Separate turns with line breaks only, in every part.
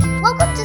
to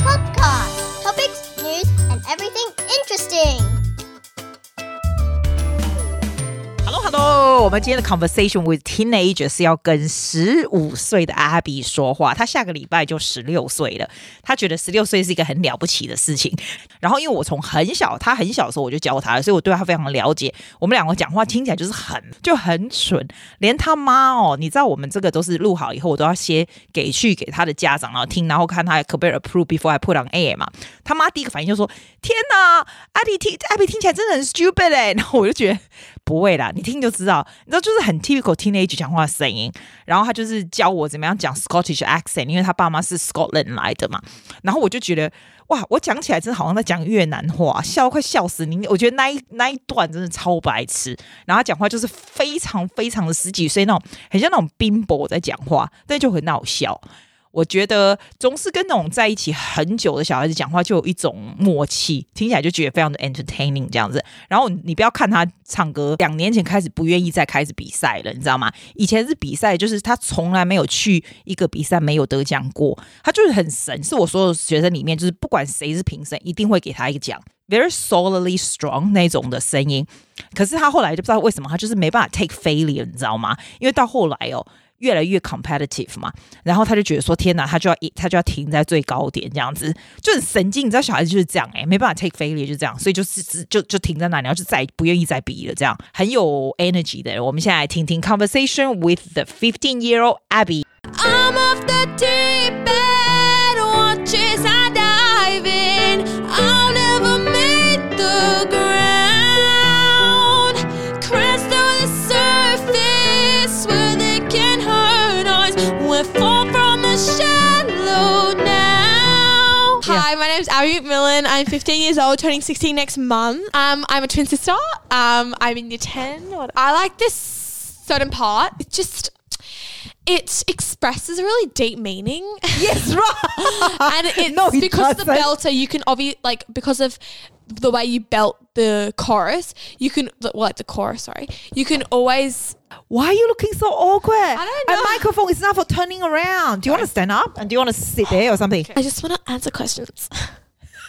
podcast. Topics, news, and everything interesting.
Hello Hello，我们今天的 Conversation with Teenagers 是要跟十五岁的阿比说话。他下个礼拜就十六岁了，他觉得十六岁是一个很了不起的事情。然后因为我从很小，他很小的时候我就教他了，所以我对他非常了解。我们两个讲话听起来就是很就很蠢，连他妈哦，你知道我们这个都是录好以后，我都要先给去给他的家长，然后听，然后看他可不可以 approve before I put on air 嘛。他妈第一个反应就说：“天哪，阿比听阿比听起来真的很 stupid 哎、 然后我就觉得。不会啦，你听就知道，你知道就是很 typical teenage 讲话的声音。然后他就是教我怎么样讲 Scottish accent，因为他爸妈是 Scotland 来的嘛。然后我就觉得哇，我讲起来真的好像在讲越南话，笑快笑死你！我觉得那一那一段真的超白痴。然后他讲话就是非常非常的十几岁那种，很像那种冰雹在讲话，但就很好笑。我觉得总是跟那种在一起很久的小孩子讲话，就有一种默契，听起来就觉得非常的 entertaining 这样子。然后你不要看他唱歌，两年前开始不愿意再开始比赛了，你知道吗？以前是比赛，就是他从来没有去一个比赛没有得奖过，他就是很神，是我所有学生里面，就是不管谁是评审，一定会给他一个奖。very solidly strong 那种的声音，可是他后来就不知道为什么，他就是没办法 take failure，你知道吗？因为到后来哦，越来越 competitive 嘛，然后他就觉得说，天哪，他就要他就要停在最高点，这样子就很神经。你知道小孩子就是这样哎、没办法 take failure 就这样，所以就是只就就停在那里，然后就再也不愿意再比了，这样很有 energy 的人。我们现在来听听 conversation with the fifteen-year-old Abby。
I'm off the deep end, watches I dive in. I'll never meet the ground. Crash to the surface where they can hurt us. We fall from the shallow now. Hi, my name's Ariut Millen. I'm 15 years old, turning 16 next month. Um, I'm a twin sister. Um, I'm in year 10. What- I like this certain part. It's just it expresses a really deep meaning. Yes, right. and it's
No, it
because of the
doesn't.
belter, you can obviously like because of the way you belt the chorus, you can well, like the chorus. Sorry, you can always.
Why are you looking so awkward?
I don't
A
know.
microphone is not for turning around. Do you want to stand up? And do you want to sit there or something?
I just want to answer questions.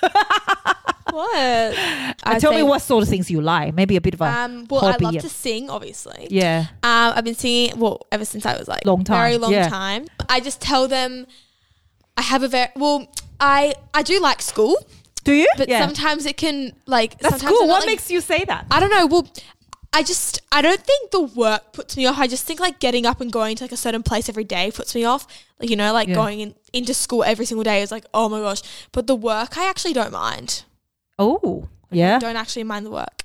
what? I
Uh, Tell me
think,
what sort of things you like. Maybe a bit of a
Um, well,
hobby.
I love to sing, obviously.
yeah.
Um, I've been singing well ever since I was like
Long time,
very long
yeah.
time. I just tell them I have a very well. I I do like school,
Do you?
but
yeah.
sometimes it can like
That's
sometimes
cool.
I'm not,
What
like-
makes you say that?
I don't know. Well, I just I don't think the work puts me off. I just think like getting up and going to like a certain place every day puts me off. Like you know, like
Yeah.
going in, into school every single day is like oh my gosh. But the work I actually don't mind.
Oh, yeah.
Don't actually mind the work.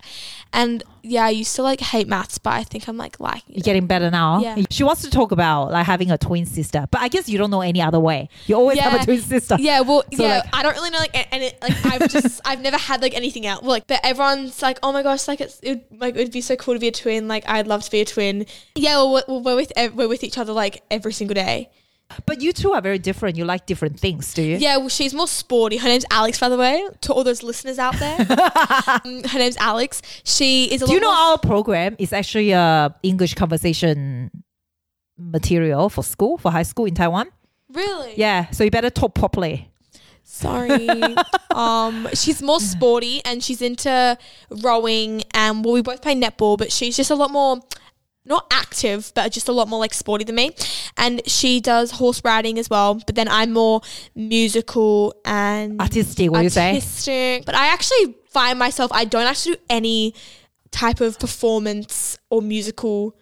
And yeah, I used to like hate maths, but I think I'm like liking
You're
it.
getting better now.
Yeah.
She wants to talk about like having a twin sister, but I guess you don't know any other way. You always have a
Yeah.
twin sister.
Yeah, well,
So,
yeah,
like-
I don't really know, like, a- and it, like I've just, I've never had like anything else. Well, like, but everyone's like, oh my gosh, like it's, it, like it'd be so cool to be a twin. Like, I'd love to be a twin. Yeah, well, we're- we're, we're with, ev- we're with each other like every single day.
But you two are very different. You like different things, do you?
Yeah, well, she's more sporty. Her name's Alex, by the way, to all those listeners out there. um, her name's Alex. She is a
Do you
lot
know
more-
our program is actually a English conversation material for school, for high school in Taiwan?
really?
Yeah. So you better talk properly.
Mm-hmm. Sorry. um, she's more sporty and she's into rowing and well, we both play netball, but she's just a lot more not active, but just a lot more like sporty than me. And she does horse riding as well, but then I'm more musical and
artistic, what you say?
artistic. But I actually find myself I don't actually do any type of performance or musical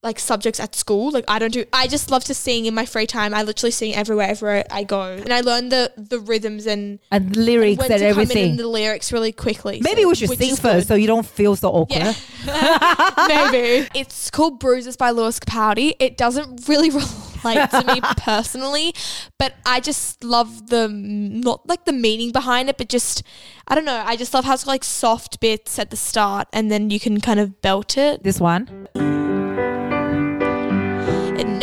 like subjects at school. Like I don't do I just love to sing in my free time. I literally sing everywhere everywhere I go. And I learn the the rhythms and
And lyrics
when
and
to come in and
everything.
the lyrics really quickly.
Maybe
so-
we should
which
sing
is
first so
good.
you don't feel so awkward.
Yeah. Maybe. It's called Bruises by Lewis Capaldi. It doesn't really relate to me personally, but I just love the not like the meaning behind it, but just I don't know. I just love how it's like soft bits at the start and then you can kind of belt it.
This one.
And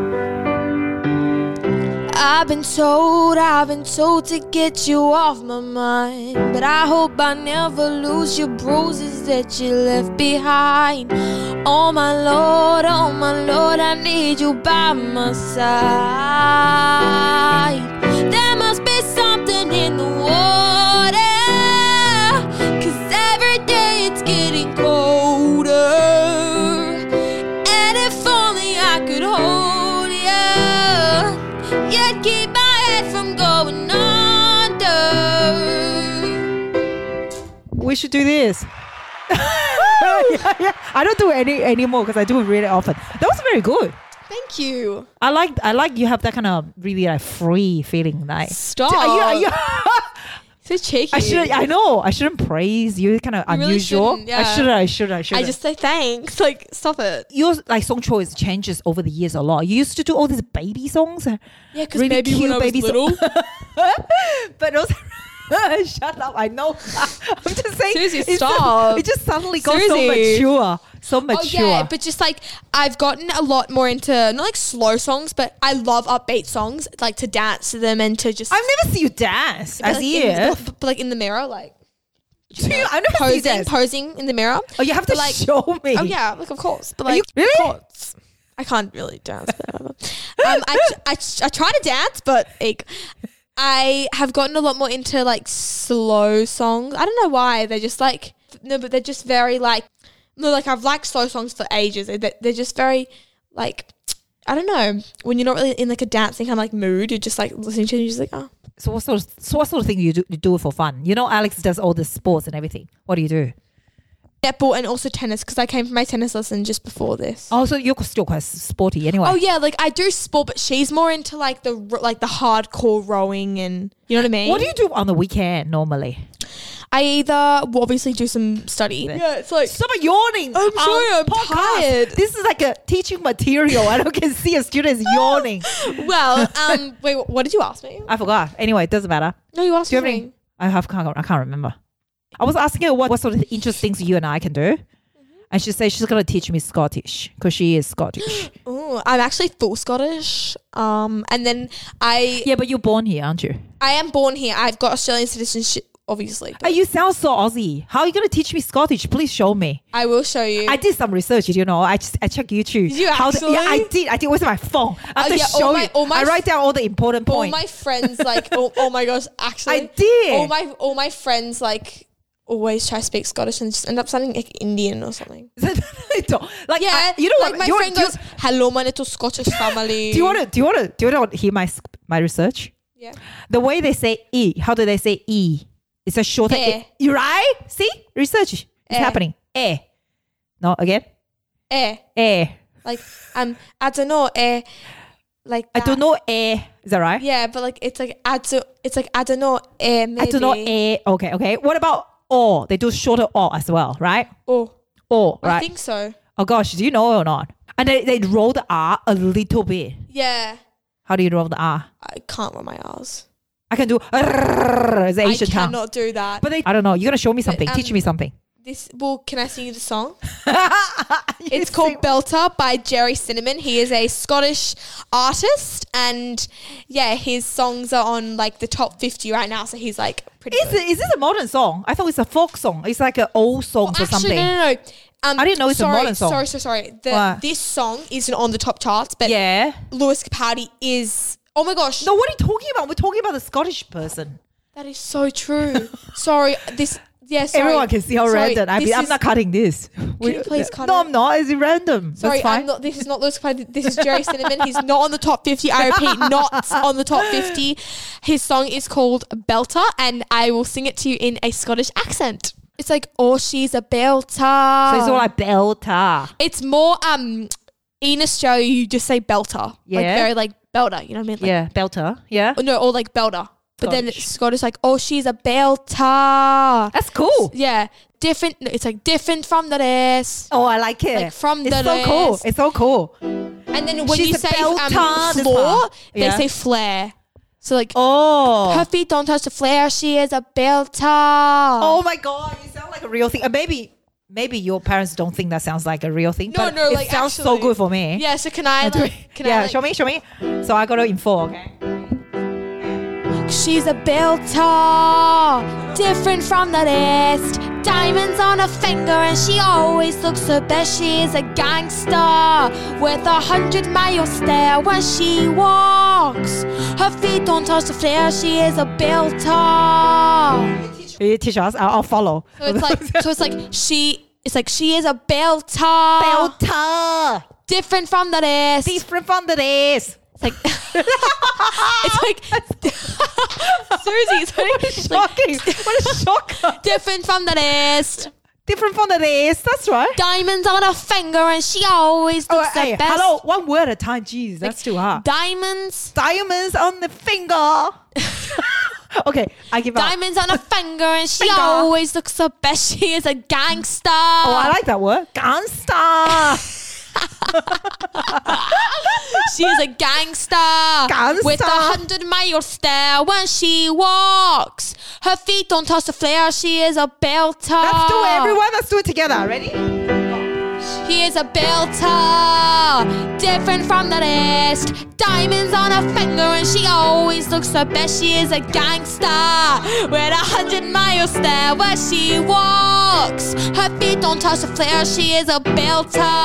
I've been told, I've been told to get you off my mind. But I hope I never lose your bruises that you left behind. Oh my lord, oh my lord, I need you by my side. There must be something in the water. Cause every day it's getting colder. And if only I could hold you, you'd keep my head from going under.
We should do this. yeah, yeah. I don't do it any anymore because I do it really often. That was very good.
Thank you.
I like I like you have that kind of really like free feeling. Like
Stop.
Are you- are you-
so shaky.
I should I know I shouldn't praise you. Kind of
You really
unusual.
shouldn't,
I
yeah.
should I should I should.
I just say thanks. Like, stop it.
your like song choice changes over the years a lot. You used to do all these baby songs.
Yeah, 'cause maybe when I was
so-
little.
but also, shut up! I know. I'm just saying.
Seriously,
it's just-
stop.
it just suddenly got
Seriously.
so mature, so mature.
Oh yeah, but just like I've gotten a lot more into not like slow songs, but I love upbeat songs, like to dance to them and to just
I've never seen you dance
but,
as
like, in the-
if.
but, but, like in the mirror, like
Do you- I've never seen you
posing,
dance.
posing in the mirror.
oh, you have
but,
to
like-
show me.
Oh yeah, like of course, but
Are
like
you- really?
of course. I can't really dance. But whatever. um, I, tr- I tr- I try to dance, but like, I have gotten a lot more into like slow songs. I don't know why they're just like no, but they're just very like no, like I've liked slow songs for ages. They- They're, they're just very like I don't know when you're not really in like a dancing kind of like mood. You're just like listening to it. And you're just like oh.
So what sort of so what sort of thing you do you do it for fun? You know, Alex does all the sports and everything. What do you do?
Netball and also tennis because I came for my tennis lesson just before this.
Oh, so you're still quite sporty anyway.
Oh yeah, like I do sport, but she's more into like the ro- like the hardcore rowing and you know what I mean.
What do you do on the weekend normally?
I either well, obviously do some study. Yeah, it's like
Stop yawning.
I'm
on
sorry, I'm tired.
This is like a teaching material. I don't can see a student is yawning.
well, um, wait, wh- what did you ask me?
I forgot. Anyway, it doesn't matter.
No, you asked
Do
me.
you have any? I have can't, I can't remember. I was asking her what, what sort of interesting things you and I can do. And she said she's going to teach me Scottish because she is Scottish.
Oh, I'm actually full Scottish. Um, and then I
yeah, but you're born here, aren't you?
I am born here. I've got Australian citizenship, obviously. but
Oh, you sound so Aussie. How are you going to teach me Scottish? Please show me.
I will show you.
I did some research, you know. I just I checked YouTube.
Did you
How the- yeah, I
actually?
did. I did. Where's my phone? I have
Oh,
to
yeah, all
show
my-
you.
all my
I write down all the important
all
points.
my friends like oh, oh my gosh, actually
I did.
All my all my friends like always try to speak Scottish and just end up sounding like Indian or something.
I don't- like
Yeah,
I- you know
like
what?
My
you
friend
want,
goes, "Hello, my little Scottish family."
do you want to? Do you want to? Do you want to hear my sc- my research?
Yeah.
The way they say e, how do they say e? It's a shorter
Eh.
e. You right? See research is
Eh.
happening. Eh. No again.
Eh,
Eh.
like um, I don't know. Eh, like
I don't
that.
know eh. Is that right?
Yeah, but like it's like I do. It's like I don't know. Eh, maybe.
I don't know eh. Okay. Okay. What about or? They do shorter or as well, right?
Oh,
Or
I
eh. right?
think so.
Oh gosh, do you know or not? And they, they roll the R a little bit.
Yeah,
How do you roll the R?
I can't roll my R's.
I can do it's the Asian
I
tongue.
cannot do that.
But
But
they, I don't know. You're gonna show me something.
um,
Teach me something.
this. Well, can I sing you the song?
it's
It's called Belter by Jerry Cinnamon. He is a Scottish artist, and yeah, his songs are on like the top fifty right now. So he's like pretty.
Is, it- is this a modern song? I thought it's a folk song. It's like an old song or something.
no, no, no. Um,
I didn't know it's a
sorry,
modern song.
Sorry, so sorry. The,
What?
this song isn't on the top charts, but
Yeah.
Lewis Capaldi is. Oh my gosh,
No, what are you talking about? We're talking about the Scottish person.
that is so true. sorry, this. Yeah, sorry.
Everyone can see how
Sorry,
random. I
this
mean, I'm
is-
not cutting this. We-
you please cut
no,
it?
I'm not. It's random.
Sorry,
That's fine.
I'm not, this is not Lewis Capaldi. This is Jerry Cinnamon. He's not on the top 50. I repeat, not on the top 50. His song is called Belter, and I will sing it to you in a Scottish accent. It's like, oh, she's a belter.
so it's all like belter.
It's more um in Australia you just say belter. Like
Yeah.
very like belter, you know what I mean? Like,
Yeah, belter. Yeah.
or No, or like belter. But then
Scottish.
Scottish like, oh she's a belter.
That's cool.
Yeah. Different no, it's like different from the rest.
Oh, I like it.
Like from
it's
the
so cool.
rest.
It's so cool.
And then when
She's
you
a
say
belter,
um,
this
floor,
part.
they
Yeah.
say flare. So like
Oh.
her feet don't touch the flare, she is a belter.
Oh my god, you sound like a real thing. Uh, maybe maybe your parents don't think that sounds like a real thing.
No,
but
no,
it
like,
sounds so
actually-
good for me.
Yeah, so can I? Like, can
yeah,
I, like,
show me, show me. So I got to info, okay?
She's a Belter, different from the rest. Diamonds on her finger, and she always looks her best. She is a gangster with a hundred mile stare when she walks. Her feet don't touch the floor. She is a Belter.
You teach us. I'll, I'll follow.
So it's like, so it's like she. It's like she is a Belter,
Belter,
different from the rest.
different from the days.
It's like it's like Susie. It's like, it's like
Shocking! what a shocker!
different from the rest.
Different from the days. That's right.
Diamonds on her finger, and she always
Oh,
looks the
hey,
best.
hello. One word at a time. Jeez, that's too hard.
Diamonds,
Diamonds on the finger. okay, I give up.
diamonds on her finger, and she
Finger.
always looks the best. She is a gangster.
Oh, I like that word. Gangster.
she is a gangster,
Gangster.
with a hundred mile stare when she walks. Her feet don't touch the floor. She is a belter.
Let's do
Oh.
it, everyone. Let's do it together. Ready?
He is a belter, different from the rest. Diamonds on her finger, and she always looks the best. She is a gangster with a hundred miles there where she walks. Her feet don't touch the floor. She is a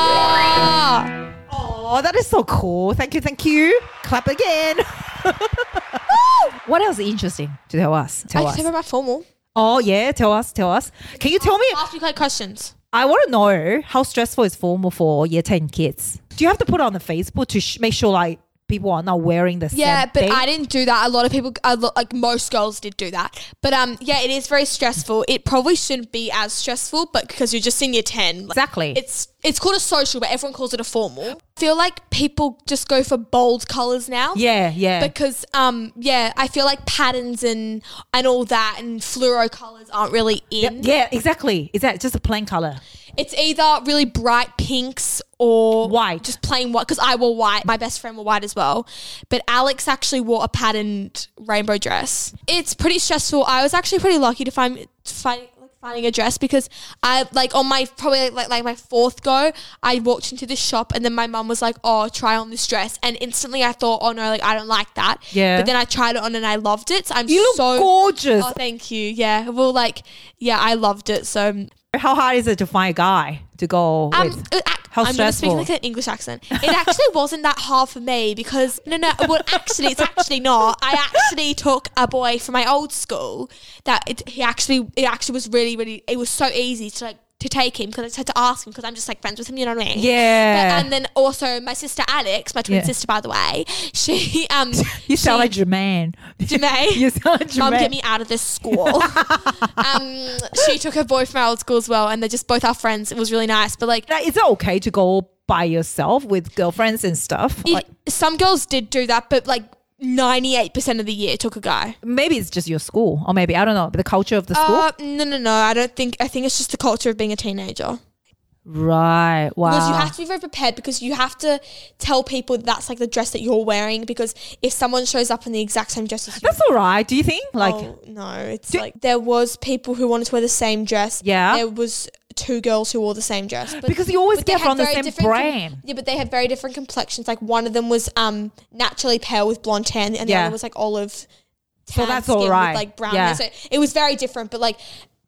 belter.
Oh, that is so cool. Thank you, thank you. Clap again. what else is interesting to tell us? Tell us.
about formal.
Oh, yeah, tell us, tell us. Can you tell me?
Last week I had questions.
I want to know how stressful is formal for year 10 kids? Do you have to put it on the Facebook to sh- make sure like people are not wearing the
Yeah,
same
but
thing?
I didn't do that. A lot of people, a lo- like most girls, did do that. But um, yeah, it is very stressful. It probably shouldn't be as stressful, but because you're just in year ten, like,
Exactly.
It's it's called a social, but everyone calls it a formal. I feel like people just go for bold colors now.
yeah, yeah.
Because um, yeah, I feel like patterns and and all that and fluoro colors aren't really in.
yeah, exactly. Is that just a plain color?
It's either really bright pinks or
White.
just plain white. Because I wore white. My best friend wore white as well. But Alex actually wore a patterned rainbow dress. It's pretty stressful. I was actually pretty lucky to find to find. like, Finding a dress because I like on my probably like like my fourth go, I walked into the shop and then my mum was like, "Oh, try on this dress," and instantly I thought, "Oh no, like I don't like that."
Yeah.
But then I tried it on and I loved it. So I'm
You look
so
gorgeous.
Oh, thank you. Yeah. Well, like yeah, I loved it. So
How hard is it to find a guy to go
um,
with?
it ac-
How
I'm going to speak
stressful.
like an English accent. It actually wasn't that hard for me because no, no. Well, actually, it's actually not. I actually took a boy from my old school that it, he actually it actually was really really it was so easy to like to take him because I just had to ask him because I'm just like friends with him. You know what I mean?
Yeah.
But, and then also my sister Alex, my twin
Yeah.
sister by the way, she um
You sound
she-
like Jermaine.
Jermaine?
you sound like Jermaine.
Mum, get me out of this school. um, she took her boy from our old school as well, and they're just both our friends. It was really nice, but like
Like, is it okay to go by yourself with girlfriends and stuff?
It,
Like,
some girls did do that, but like ninety eight percent of the year took a guy.
maybe it's just your school, or maybe I don't know the culture of the school.
Uh, no, no, no. I don't think. I think it's just the culture of being a teenager.
right.
Because you
Wow.
have to be very prepared because you have to tell people that's like the dress that you're wearing. Because if someone shows up in the exact same dress as you,
That's all right. Do you think? Like,
oh, no, it's like there was people who wanted to wear the same dress.
Yeah.
there was two girls who wore the same dress but-
Because you always
but they
get
had
from the
very
same
different com-
brand.
yeah, but they had very different complexions. Like one of them was um naturally pale with blonde tan, and the
Yeah.
other was like olive.
So
tan
that's
skin
all
with,
right.
like brown.
Yeah.
hair. So it was very different, but like,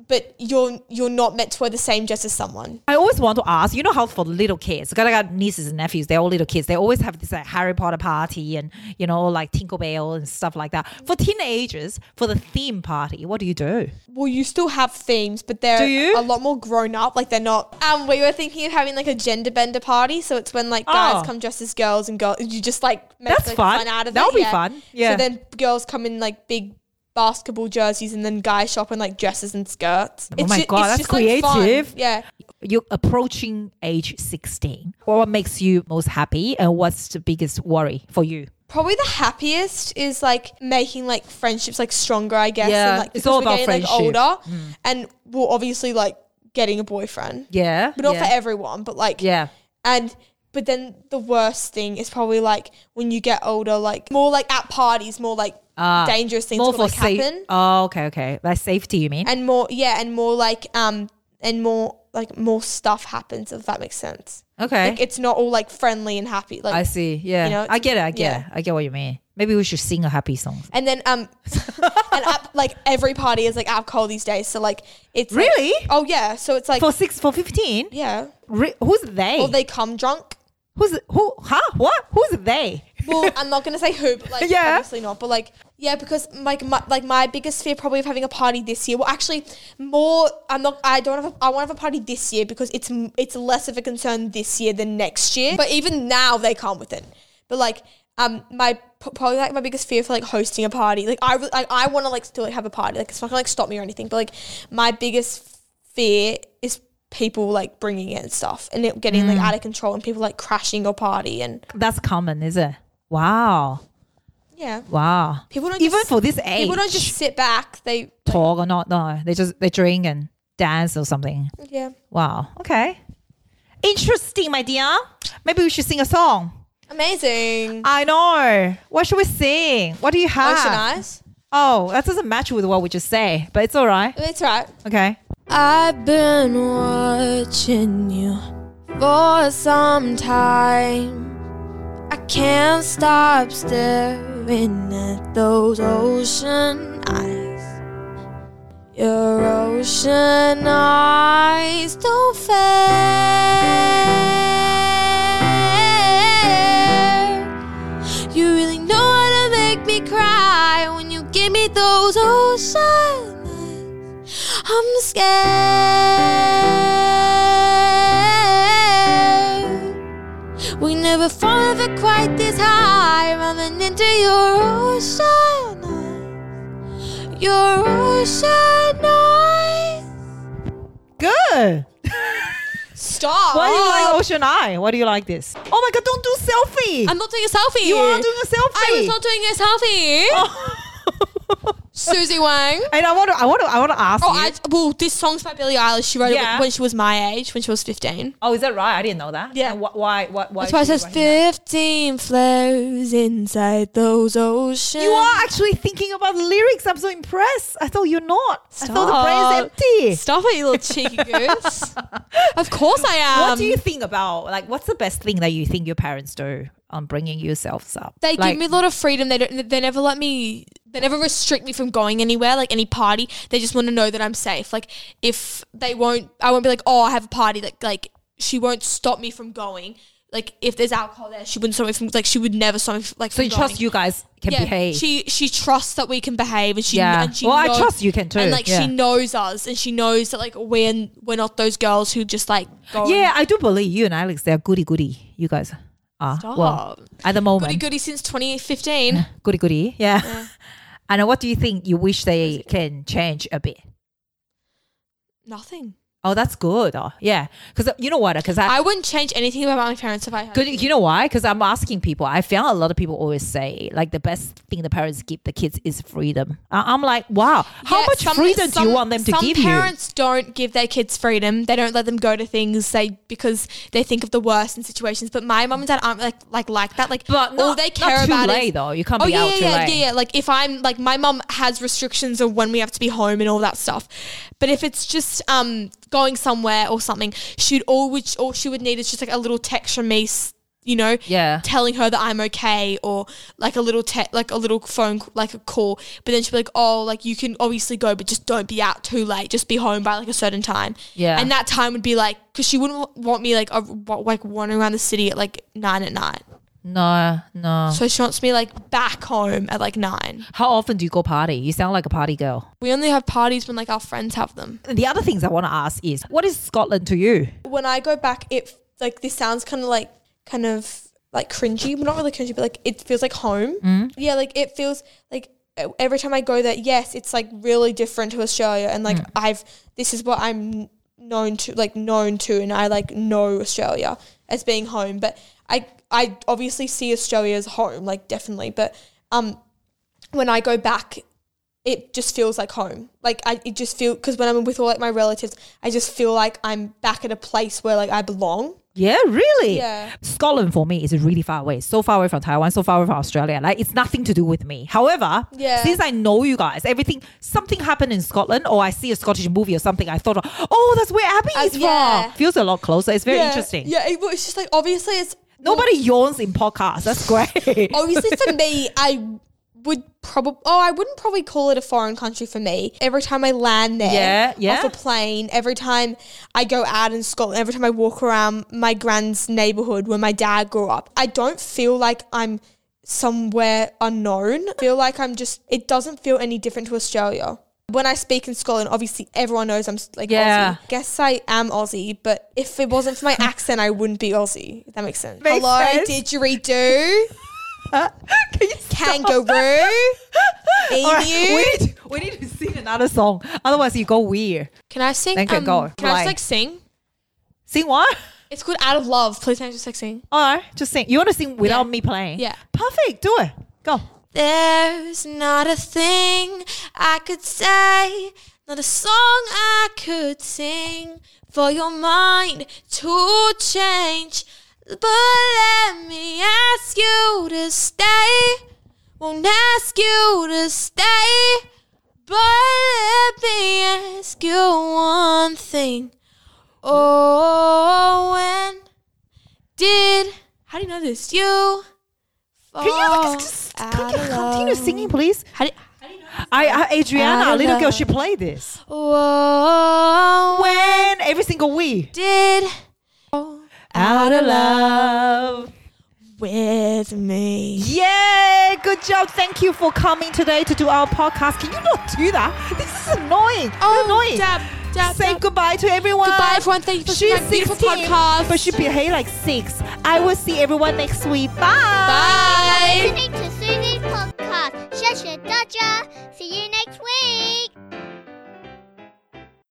but you're you're not meant to wear the same dress as someone.
I always want to ask, you know how for little kids, because I got nieces and nephews, they're all little kids. They always have this like Harry Potter party and, you know, like Tinkerbell and stuff like that. For teenagers, for the theme party, what do you do?
Well, you still have themes, but they're
Do you?
a lot more grown up. Like they're not. Um, we were thinking of having like a gender bender party, so it's when like guys
Oh.
come dressed as girls and girls. You just like make
That's
like,
fun.
fun out of
That'll
it.
be fun. Yeah.
So then girls come in like big basketball jerseys, and then guys shop in like dresses and skirts.
Oh my
ju-
God, that's
like, fun.
creative.
yeah.
You're approaching age 16. What makes you most happy and what's the biggest worry for you?
Probably the happiest is like making like friendships like stronger, I guess.
Yeah,
and, like,
it's
because
all
we're
about
getting, like,
friendship. Mm.
older, and we're obviously like getting a boyfriend,
Yeah.
but not
yeah.
for everyone. But like,
Yeah.
And but then the worst thing is probably like when you get older, like more like at parties, more like
Ah,
dangerous things
More
will
for
like
safety.
happen,
Oh, okay, okay. Like safety, you mean?
and more yeah, and more like um and more like more stuff happens if that makes sense.
Okay.
Like it's not all like friendly and happy. Like
I see. Yeah.
you know,
I get it. I get
yeah.
it. I get what you mean. Maybe we should sing a happy song.
and then um and up like every party is like alcohol these days. So like it's like-
Really?
oh yeah. So it's like
For six, for 15?
yeah.
Re- who's they?
Or they come drunk.
Who's, who, huh? What? Who's they?
Well, I'm not gonna say who, but like
Yeah.
obviously not. But like yeah, because like my, like my biggest fear probably of having a party this year. Well, actually, more I'm not. I don't have. A, I want to have a party this year because it's m- it's less of a concern this year than next year. But even now they come with it. But like um my p- probably like my biggest fear for like hosting a party. Like I re- like I want to like still like, have a party. Like it's not gonna like stop me or anything. But like my biggest fear is people like bringing it and stuff and it getting like out of control and people like crashing your party and
That's common, is it? Wow.
yeah.
Wow.
People don't
Even
just-
for this age.
People don't just sit back. They
talk or not. No, they just, they drink and dance or something.
yeah.
Wow. Okay. Interesting, my dear. Maybe we should sing a song.
Amazing.
I know. What should we sing? What do you have?
Ocean eyes.
Oh, that doesn't match with what we just say, but it's all right.
That's right.
Okay.
I've been watching you for some time. I can't stop staring at those ocean eyes. Your ocean eyes don't fade. You really know how to make me cry when you give me those ocean eyes. I'm scared. We never fall ever quite this high, running into your ocean eyes. Your ocean eyes.
Good.
Stop.
Why do you like Ocean Eye? Why do you like this? Oh my god, don't do selfie.
Oh. I'm not doing a selfie.
you are doing a
I
selfie. Oh.
was not doing a selfie. Susie Wang.
and I want to, I want to, I want to ask
Oh,
you.
I, well, this song's by Billie Eilish. She wrote
Yeah.
it when she was my age, when she was 15.
oh, is that right? I didn't know that.
Yeah.
And wh- why? Why? Why?
That's why it
should
says
you write
15 flows inside those oceans.
that? You are actually thinking about the lyrics. I'm so impressed. I thought you're not. I thought
Stop.
the brain is empty.
Stop it, you little cheeky goose. of course I am.
what do you think about like? What's the best thing that you think your parents do on bringing yourselves up?
they
Like-
give me a lot of freedom. They don't. They never let me. They never restrict me from going anywhere, like any party. They just want to know that I'm safe. Like if they won't, I won't be like, oh, I have a party. Like like she won't stop me from going. Like if there's alcohol there, she wouldn't stop me from. Like she would never stop me. From, like
So you
from going.
trust you guys can behave.
She she trusts that we can behave, and she
Yeah.
and she
Well, I
knows-
trust you can too,
And like
yeah.
she knows us, and she knows that like we're we're not those girls who just like go
yeah, I do believe you and Alex. They're goody goody. You guys are well
Stop.
at the
goody
moment.
goody since 2015.
Goody goody. Yeah. and what do you think you wish they can change a bit?
Nothing.
Oh, that's good. Oh, yeah. Because you know what? Because I,
I wouldn't change anything about my parents if I had.
Good, you know why? Because I'm asking people. I found a lot of people always say like the best thing the parents give the kids is freedom. I- I'm like, wow, how
Yeah,
much
some-
freedom do
some-
you want them to
some
give you?
parents don't give their kids freedom. They don't let them go to things they because they think of the worst in situations. But my mum and dad aren't like like like that. Like
But
all
not-
they
not
care
too
about
late,
is,
though. You can't be
Oh, yeah,
out
yeah,
too
yeah,
late.
Yeah, yeah. Like if I'm like my mum has restrictions of when we have to be home and all that stuff. But if it's just um going somewhere or something, she'd all which all she would need is just like a little text from me. s- You know,
Yeah.
telling her that I'm okay or like a little te- like a little phone c- like a call but then she'll be like oh like you can obviously go but just don't be out too late just be home by like a certain time
Yeah.
and that time would be like because she wouldn't wa- want me like a, wa- like wandering around the city at like nine at night
No, no.
so she wants me like back home at like nine
How often do you go party? You sound like a party girl.
we only have parties when like our friends have them
The other things I want to ask is, what is Scotland to you?
when I go back, it like this sounds kind of like kind of like cringy, but not really cringy, but like it feels like home. Yeah, like it feels like e- every time I go there, yes, it's like really different to Australia, and like I've this is what I'm known to like known to, and I like know Australia as being home, but I I obviously see Australia as home, like definitely, but um when I go back, it just feels like home. Like I, it just feel because when I'm with all like my relatives, I just feel like I'm back at a place where like I belong.
Yeah, really.
Yeah.
Scotland for me is really far away. So far away from Taiwan, so far away from Australia. Like it's nothing to do with me. However,
Yeah.
since I know you guys, everything something happened in Scotland or I see a Scottish movie or something, I thought, oh, that's where Abby
Uh,
is
yeah.
from. Feels a lot closer. It's very
yeah.
interesting.
Yeah, it, but it's just like obviously it's
Nobody yawns in podcasts. That's great.
obviously for me I would probably oh I wouldn't probably call it a foreign country for me. Every time I land there,
Yeah, yeah.
off a plane, every time I go out in Scotland, every time I walk around my grand's neighborhood where my dad grew up, I don't feel like I'm somewhere unknown. I feel like I'm just it doesn't feel any different to Australia. When I speak in Scotland, obviously everyone knows I'm s- like
Yeah.
Aussie. Guess I am Aussie, but if it wasn't for my accent, I wouldn't be Aussie. If that makes sense.
Makes
Hello,
sense.
didgeridoo
Can you stop?
Oh. kangaroo, emu.
All right, we, need, we need to sing another song. Otherwise, you go weird.
Can I sing?
Then can go.
um, Can I
Why?
just like sing?
Sing what?
It's called Out of Love. Please can I just like sing?
All right, just sing. You want to sing without
Yeah.
me playing?
Yeah.
Perfect. Do it. Go.
There's not a thing I could say, not a song I could sing for your mind to change. But let me ask you to stay. Won't ask you to stay. But let me ask you one thing. Oh, when did. How do you know this? You.
Can you
fall
like, just
out
can you
of
continue
Oh, love?
singing, please?
How do,
I, I Adriana,
Out
our
of
little girl,
love.
she played this.
Whoa, Oh, when
When every single we
did
out of love.
with me?
Yeah, good job. Thank you for coming today to do our podcast. Can you not do that? This is annoying.
Oh,
annoying.
dab, dab,
Say
dab.
goodbye to everyone.
Goodbye, everyone. Thank you for
She's
listening to my beautiful
16,
podcast.
but she behave like six. I will see everyone next week.
Bye.
Listening to Susie's podcast. Shasha Dodger. See you next week.